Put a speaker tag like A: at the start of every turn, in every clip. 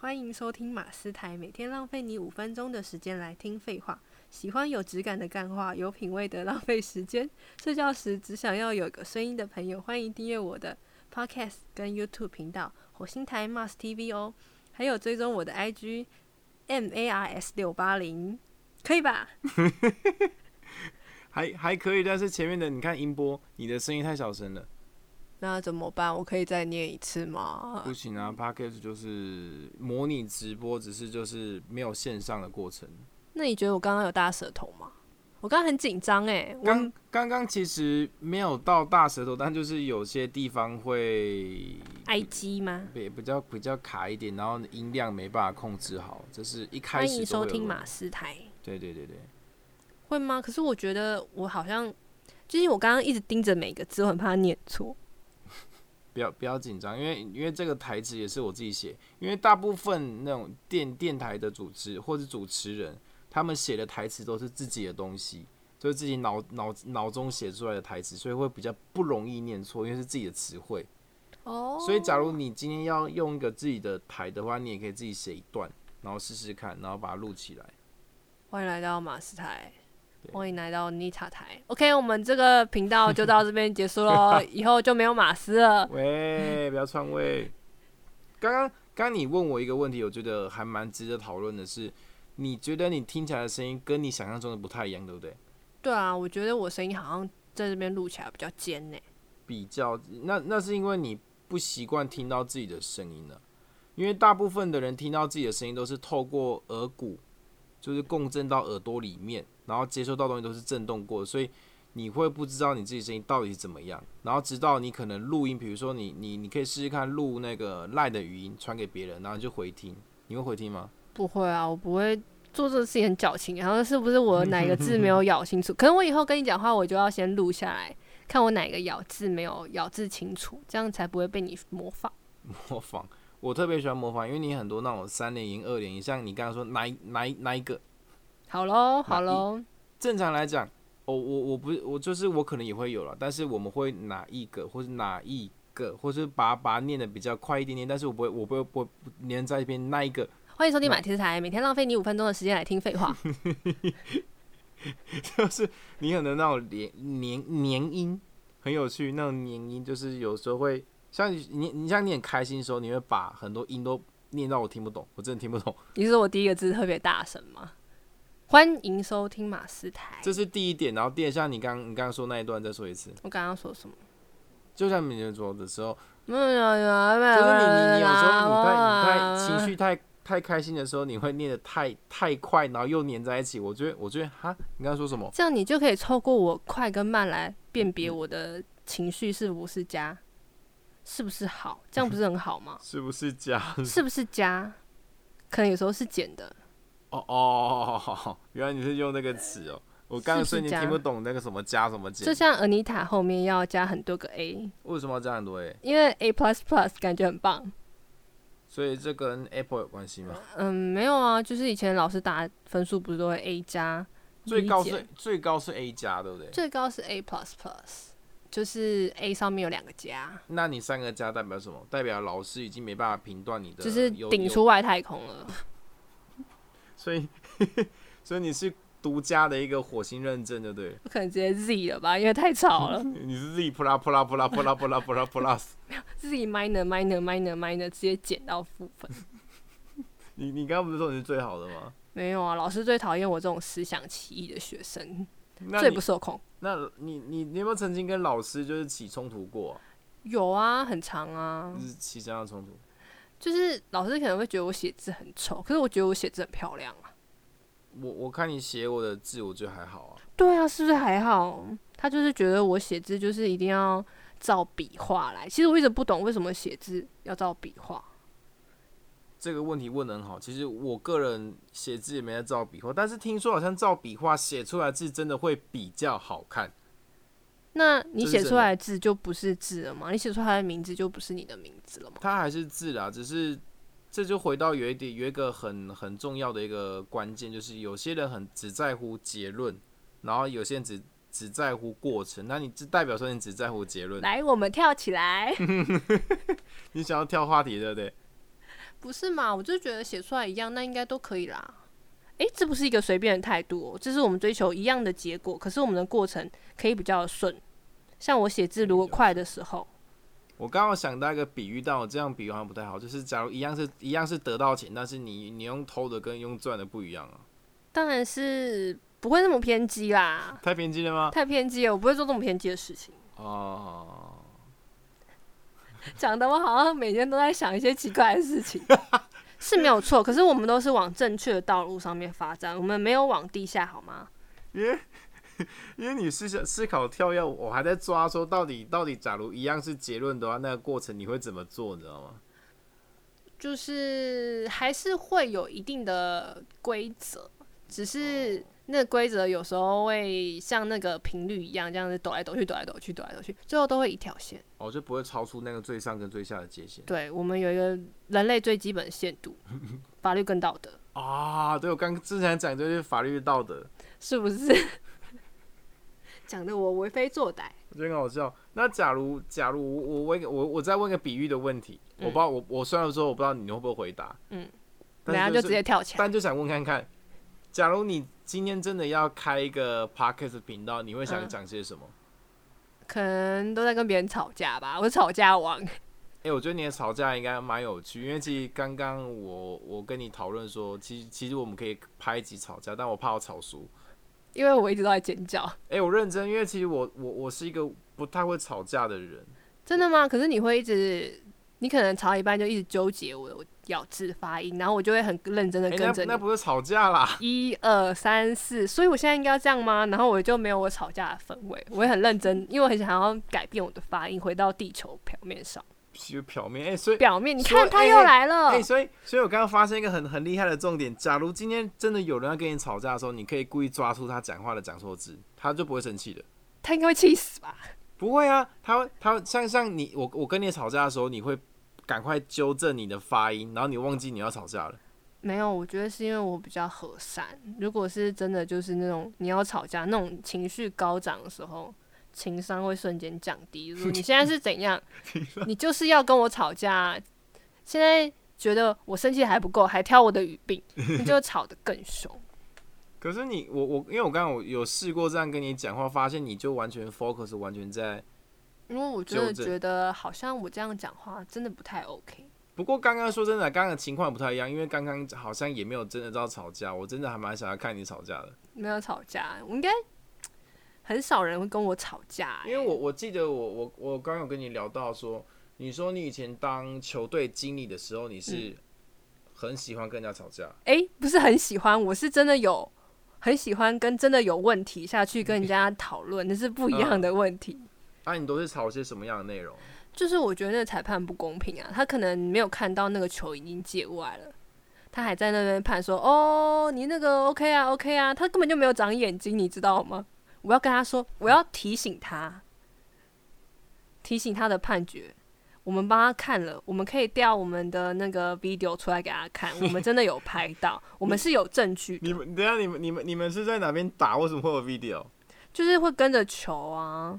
A: 欢迎收听马斯台，每天浪费你五分钟的时间来听废话。喜欢有质感的干话，有品味的浪费时间。睡觉时只想要有个声音的朋友，欢迎订阅我的 Podcast 跟 YouTube 频道火星台 Mars TV 哦，还有追踪我的 IG M A R S 六八零，可以吧？
B: 还还可以，但是前面的你看音波，你的声音太小声了，
A: 那怎么办？我可以再念一次吗？
B: 不行啊。Podcast 就是模拟直播，只是就是没有线上的过程。
A: 那你觉得我刚刚有大舌头吗？我刚刚很紧张哎，我
B: 刚刚刚其实没有到大舌头，但就是有些地方会
A: 挨机吗？
B: 比比较比较卡一点，然后音量没办法控制好，这是一开
A: 欢
B: 始
A: 迎
B: 都
A: 收
B: 会有
A: 听
B: 的
A: 马斯台，
B: 对对对对，
A: 会吗？可是我觉得我好像，就是我刚刚一直盯着每个字，我很怕念错。
B: 不要不要紧张，因为因为这个台词也是我自己写，因为大部分那种电电台的主持或者主持人，他们写的台词都是自己的东西，就是自己脑脑脑中写出来的台词，所以会比较不容易念错，因为是自己的词汇。
A: 哦
B: 所以假如你今天要用一个自己的台的话，你也可以自己写一段，然后试试看，然后把它录起来。
A: 欢迎来到马斯台，
B: 对
A: 欢迎来到妮塔台。OK，我们这个频道就到这边结束 喽，以后就没有马斯了。
B: 喂，不要篡位。刚刚刚你问我一个问题，我觉得还蛮值得讨论的是，你觉得你听起来的声音跟你想象中的不太一样，对不对？
A: 对啊，我觉得我声音好像在这边录起来比较尖呢。
B: 比较那那是因为你不习惯听到自己的声音了，因为大部分的人听到自己的声音都是透过耳骨，就是共振到耳朵里面，然后接收到东西都是震动过的，所以你会不知道你自己声音到底是怎么样。然后直到你可能录音，比如说你你你可以试试看录那个赖的语音传给别人，然后你就回听，你会回听吗？
A: 不会啊，我不会做这个事情很矫情。然后是不是我哪个字没有咬清 楚？可能我以后跟你讲话，我就要先录下来，看我哪个咬字没有咬字清楚，这样才不会被你模仿。
B: 模仿，我特别喜欢模仿，因为你很多那种三连音、二连音，像你刚刚说哪一哪一哪一个，
A: 好喽，
B: 那
A: 好
B: 一
A: 喽，
B: 正常来讲，哦，我我不是我就是我可能也会有了，但是我们会哪一个或是哪一个，或是把把它念的比较快一点点，但是我不会我不会不会粘在一边那一个，
A: 欢迎收听
B: 那
A: 买电视台，每天浪费你五分钟的时间来听废 话。
B: 就是你可能那种连连连音很有趣，那种连音就是有时候会像你你你像你很开心的时候，你会把很多音都念到我听不懂，我真的听不懂，
A: 你是说我第一个字特别大声吗？欢迎收听马斯台。
B: 这是第一点。然后第二，像你刚你刚刚说那一段，再说一次，
A: 我刚刚说什么？
B: 就像你们说的时候，
A: 没有没有没有。
B: 就是你，你有时候你太你太
A: 呃
B: 情绪太太开心的时候，你会念的太太快，然后又粘在一起。我觉得，我觉得哈，你刚刚说什么？？
A: 这样你就可以透过我快跟慢来辨别我的情绪是不是加，是不是好，这样不是很好吗
B: 是不是假？
A: 是不是加，可能有时候是减的，
B: 哦哦，原来你是用那个词哦。我刚刚
A: 是不
B: 瞬
A: 是
B: 间
A: 加
B: 听不懂那个什么加什么
A: 就
B: 减，
A: 像 Anita 后面要加很多个 A，
B: 为什么要加很多 A？
A: 因为 A plus plus 感觉很棒。
B: 所以这跟 Apple 有关系吗？
A: 嗯，没有啊，就是以前老师打分数不是都会 A 加，
B: 最高
A: 理
B: 是
A: 解
B: 最高是 A 加，对不对？
A: 最高是 A plus plus，就是 A 上面有两个加，
B: 那你三个加代表什么？代表老师已经没办法评断你的，
A: 就是
B: 啊有
A: 顶。出外太空了。
B: 有所以， 所以你是独家的一个火星认证，对不对了？
A: 不可能直接 Z 了吧，因为太吵 了。
B: 你是自己扑啦扑啦扑啦扑啦扑啦扑啦扑啦，
A: 自己 minor minor minor minor 直接减到负分。
B: 你你刚刚不是说你是最好的吗？
A: 没有啊，老师最讨厌我这种思想奇异的学生，
B: 那
A: 最
B: 你
A: 不受控。
B: 那你你你有没有曾经跟老师就是起冲突过、啊？
A: 有啊，很长啊
B: 就，是起这样的冲突？
A: 就是老师可能会觉得我写字很丑，可是我觉得我写字很漂亮啊。
B: 我我看你写我的字，我觉得还好啊。
A: 对啊，是不是还好？他就是觉得我写字就是一定要照笔画来。其实我一直不懂为什么写字要照笔画。
B: 这个问题问的很好，其实我个人写字也没在照笔画，但是听说好像照笔画写出来字真的会比较好看。
A: 那你
B: 这是
A: 写
B: 真
A: 出
B: 的
A: 来的字就不是字了吗？你写出来的名字就不是你的名字了吗？
B: 它还是字啦，只是这就回到有一点有一个很很重要的一个关键，就是有些人很只在乎结论，然后有些人只只在乎过程。那你只代表说你只在乎结论，嗯
A: 来，我们跳起来。
B: 你想要跳话题对不对？
A: 不是嘛？我就觉得写出来一样，那应该都可以啦。诶，这不是一个随便的态度、哦，这是我们追求一样的结果，可是我们的过程可以比较顺。像我写字如
B: 嗯
A: 果快的时候，
B: 我刚刚想到一个比喻，但我这样比喻好像不太好。就是假如一样是一样是得到钱，但是你你用偷的跟用赚的不一样啊，
A: 当然是不会那么偏激啦，
B: 太偏激了吗？
A: 太偏激了，我不会做这么偏激的事情。
B: 哦，
A: 讲的我好像每天都在想一些奇怪的事情， 是没有错。可是我们都是往正确的道路上面发展，我们没有往地下，好吗？
B: 因为因为你思想思考跳跃，我还在抓说到底到底，假如一样是结论的话，那个过程你会怎么做，你知道吗？
A: 就是还是会有一定的规则，只是那规则有时候会像那个频率一样，这样子抖来抖去，抖来抖去，抖来抖去，最后都会一条线。
B: 哦，就不会超出那个最上跟最下的界限
A: 对我们有一个人类最基本的限度，法律跟道德，
B: 啊。对，我刚之前讲就是法律道德，
A: 是不是？ 讲的我为非作歹。
B: 我觉得很好笑。那假如假如我我问一个我我再问个比喻的问题，我不知道我我虽然说我不知道你会不会回答，
A: 嗯，
B: 但
A: 等
B: 是
A: 下
B: 就
A: 就是直接跳起来。
B: 但就想问看看，假如你今天真的要开一个 podcast 频道，你会想
A: 嗯
B: 讲些什么？
A: 可能都在跟别人吵架吧，我是吵架王。
B: 哎、我觉得你的吵架应该蛮有趣，因为其实刚刚我我跟你讨论说，其实其实我们可以拍一集吵架，但我怕我吵输。
A: 因为我一直都在尖叫。
B: 哎、我认真，因为其实我我我是一个不太会吵架的人，
A: 真的吗？可是你会一直，你可能吵到一半就一直纠结我的咬字发音，然后我就会很认真的
B: 哎、
A: 跟着
B: 那
A: 你。
B: 那不是吵架啦，
A: 一二三四，所以我现在应该要这样吗？然后我就没有我吵架的氛围，我也很认真，因为我很想要改变我的发音，回到地球表面上。
B: 就表面哎、所以
A: 表面，你
B: 所以
A: 看他
B: 哎
A: 又
B: 哎
A: 来了。
B: 哎、所以所以我刚刚发现一个很很厉害的重点，假如今天真的有人要跟你吵架的时候，你可以故意抓出他讲话的讲错字，他就不会生气的。
A: 他应该会气死吧？
B: 不会啊，他会他会像像你我我跟你吵架的时候，你会赶快纠正你的发音，然后你忘记你要吵架了。
A: 没有，我觉得是因为我比较和善。如果是真的就是那种你要吵架那种情绪高涨的时候，情商会瞬间降低。就是说你现在是怎 样？你就是要跟我吵架，现在觉得我生气还不够，还挑我的语 病，你就吵得更凶。
B: 可是你我我因为我刚刚我有试过这样跟你讲话，发现你就完全 focus 完全在。
A: 因为我真的
B: 纠正
A: 觉得好像我这样讲话真的不太 OK。
B: 不过刚刚说真的，刚刚的情况不太一样，因为刚刚好像也没有真的到吵架，我真的还蛮想要看你吵架的。
A: 没有吵架，我应该很少人会跟我吵架、
B: 因为我我记得我我我刚有跟你聊到说，你说你以前当球队经理的时候，你是很喜欢跟人家吵架，
A: 诶，不是很喜欢，我是真的有很喜欢跟真的有问题下去跟人家讨论，那是不一样的问题。
B: 那、啊你都是吵些什么样的内容？
A: 就是我觉得那个裁判不公平啊，他可能没有看到那个球已经界外了，他还在那边判说：“哦，你那个 OK 啊，OK 啊。”他根本就没有长眼睛，你知道吗？我要跟他说，我要提醒他，提醒他的判决。我们帮他看了，我们可以调我们的那个 video 出来给他看，我们真的有拍到，我们是有证据的。
B: 你们等一下你们你们你们是在哪边打？为什么会有 video？
A: 就是会跟着球啊，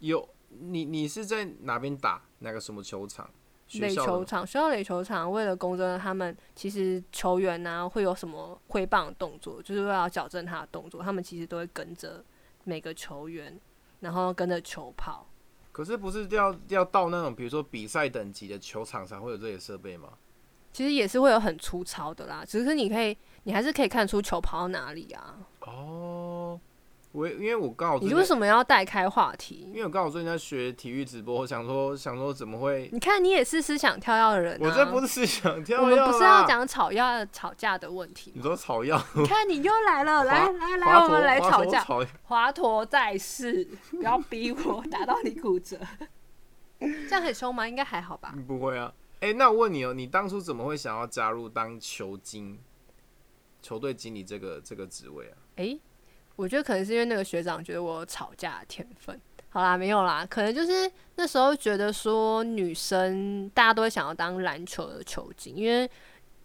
B: 有你你是在哪边打？哪个什么球场？学
A: 垒
B: 校
A: 球
B: 的
A: 场，学校垒球场为了公正，他们其实球员呢、会有什么挥棒的动作，就是为了矫正他的动作，他们其实都会跟着每个球员，然后跟着球跑。
B: 可是不是要要到那种比如说比赛等级的球场才会有这些设备吗？
A: 其实也是会有很粗糙的啦，只是你可以，你还是可以看出球跑到哪里啊。
B: 哦，我因为我刚好最
A: 你
B: 近
A: 为什么要带开话
B: 因
A: 题？
B: 为我刚好最近在学体育直播，想说想说怎么会
A: 你看你也是思想跳跃的人、啊，
B: 我这不是想跳
A: 我
B: 跃
A: 们
B: 啦
A: 不是要，讲吵架吵架的问题
B: 你
A: 吗？
B: 说 草药，
A: 你看你又来 了，来来来，
B: 华
A: 我们
B: 佗
A: 来
B: 华
A: 吵
B: 佗
A: 架。
B: 草药
A: 华佗在世，不要逼我打到你骨折， 这样很凶吗？应该还好吧。
B: 嗯不会啊。哎、那我问你哦，你当初怎么会想要加入当球经、球队经理这个这个职位啊？
A: 诶、我觉得可能是因为那个学长觉得我有吵架的天分。好啦，没有啦，可能就是那时候觉得说女生大家都会想要当篮球的球精，因为
B: 可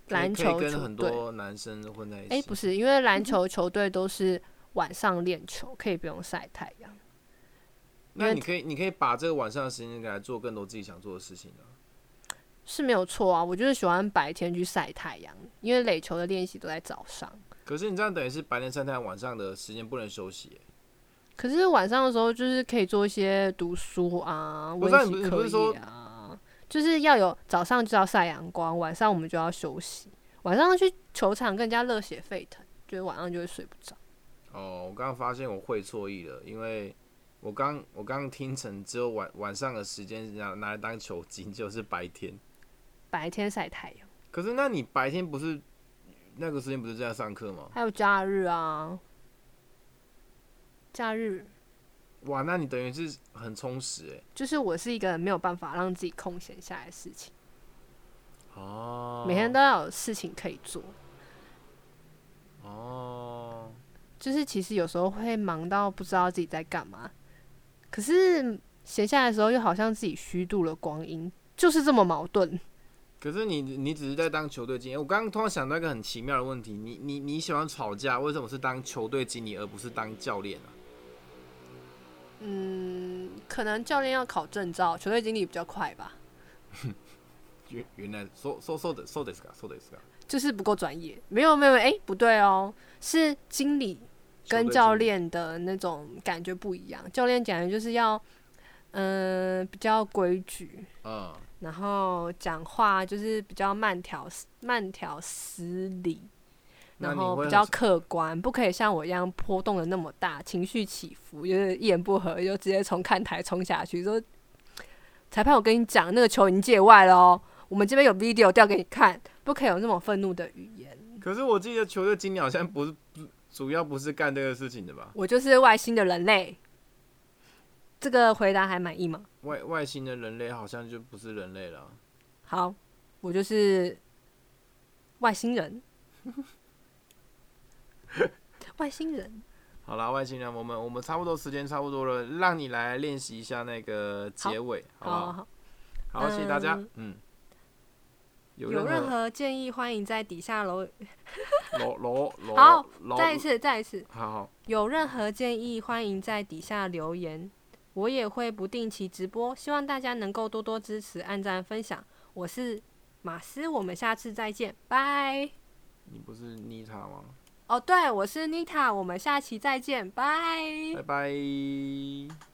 B: 以
A: 篮
B: 可
A: 球
B: 以跟
A: 球
B: 很
A: 队，
B: 多男生混在一起。
A: 诶、不是，因为篮球球队都是晚上练球，可以不用晒太阳。因
B: 那
A: 为
B: 你可以你可以把这个晚上的时间给来做更多自己想做的事情啊。
A: 是没有错啊，我就是喜欢白天去晒太阳，因为垒球的练习都在早上。
B: 可是你这样等于是白天晒太阳，晚上的时间不能休息耶。啊
A: 可是晚上的时候，就是可以做一些读书啊、
B: 不
A: 温
B: 是啊你不
A: 习
B: 你不
A: 课
B: 是说
A: 业啊，就是要有早上就要晒阳光，晚上我们就要休息。晚上去球场更加热血沸腾，就是晚上就会睡不着。
B: 哦，我刚刚发现我会错意了，因为我刚我刚听成只有晚晚上的时间拿拿来当球精，就是白天。
A: 白天晒太阳，
B: 可是那你白天不是那个时间不是这样上课吗？
A: 还有假日啊，假日
B: 哇，那你等于是很充实欸诶。
A: 就是我是一个没有办法让自己空闲下来的事情，
B: 哦，
A: 每天都要有事情可以做。
B: 哦，
A: 就是其实有时候会忙到不知道自己在干嘛，可是闲下来的时候又好像自己虚度了光阴，就是这么矛盾。
B: 可是你你只是在当球队经理。我刚刚突然想到一个很奇妙的问题，你你你喜欢吵架，为什么是当球队经理而不是当教练啊？
A: 嗯，可能教练要考证照，球队经理比较快吧，
B: 原原来说说说的说的是噶说的是噶，啊
A: 就是不够专业。没有没有，诶，不对哦，是经理跟教练的那种感觉不一样，教练讲的就是要嗯、比较规矩，
B: 嗯，
A: 然后讲话就是比较慢条斯慢条斯理，
B: 那
A: 然
B: 你
A: 后
B: 会
A: 比
B: 很
A: 较客观，不可以像我一样波动的那么大，情绪起伏，就是一言不合就直接从看台冲下去，说裁判，我跟你讲，那个球已经界外了哦，我们这边有 video 调给你看，不可以有那种愤怒的语言。
B: 可是我记得球队经理好像不是不主要不是干这个事情的吧？
A: 我就是外星的人类，这个回答还满意吗？
B: 外外星的人类好像就不是人类了。
A: 好，我就是外星人， 外星人。
B: 好啦，外星人，我们我们差不多时间差不多了，让你来练习一下那个结尾，好
A: 好
B: 不
A: 好，
B: 好？好，谢谢大家
A: 嗯。
B: 嗯，有
A: 有任
B: 任
A: 何建议，欢迎在底下楼。
B: 罗罗罗
A: 好
B: 罗，
A: 再一次，再一次，
B: 好好
A: 有任何建议，欢迎在底下留言。我也会不定期直播，希望大家能够多多支持、按赞、分享。我是马斯，我们下次再见，拜。
B: 你不是妮塔吗？
A: 哦，对，我是妮塔，我们下期再见，拜。
B: 拜拜。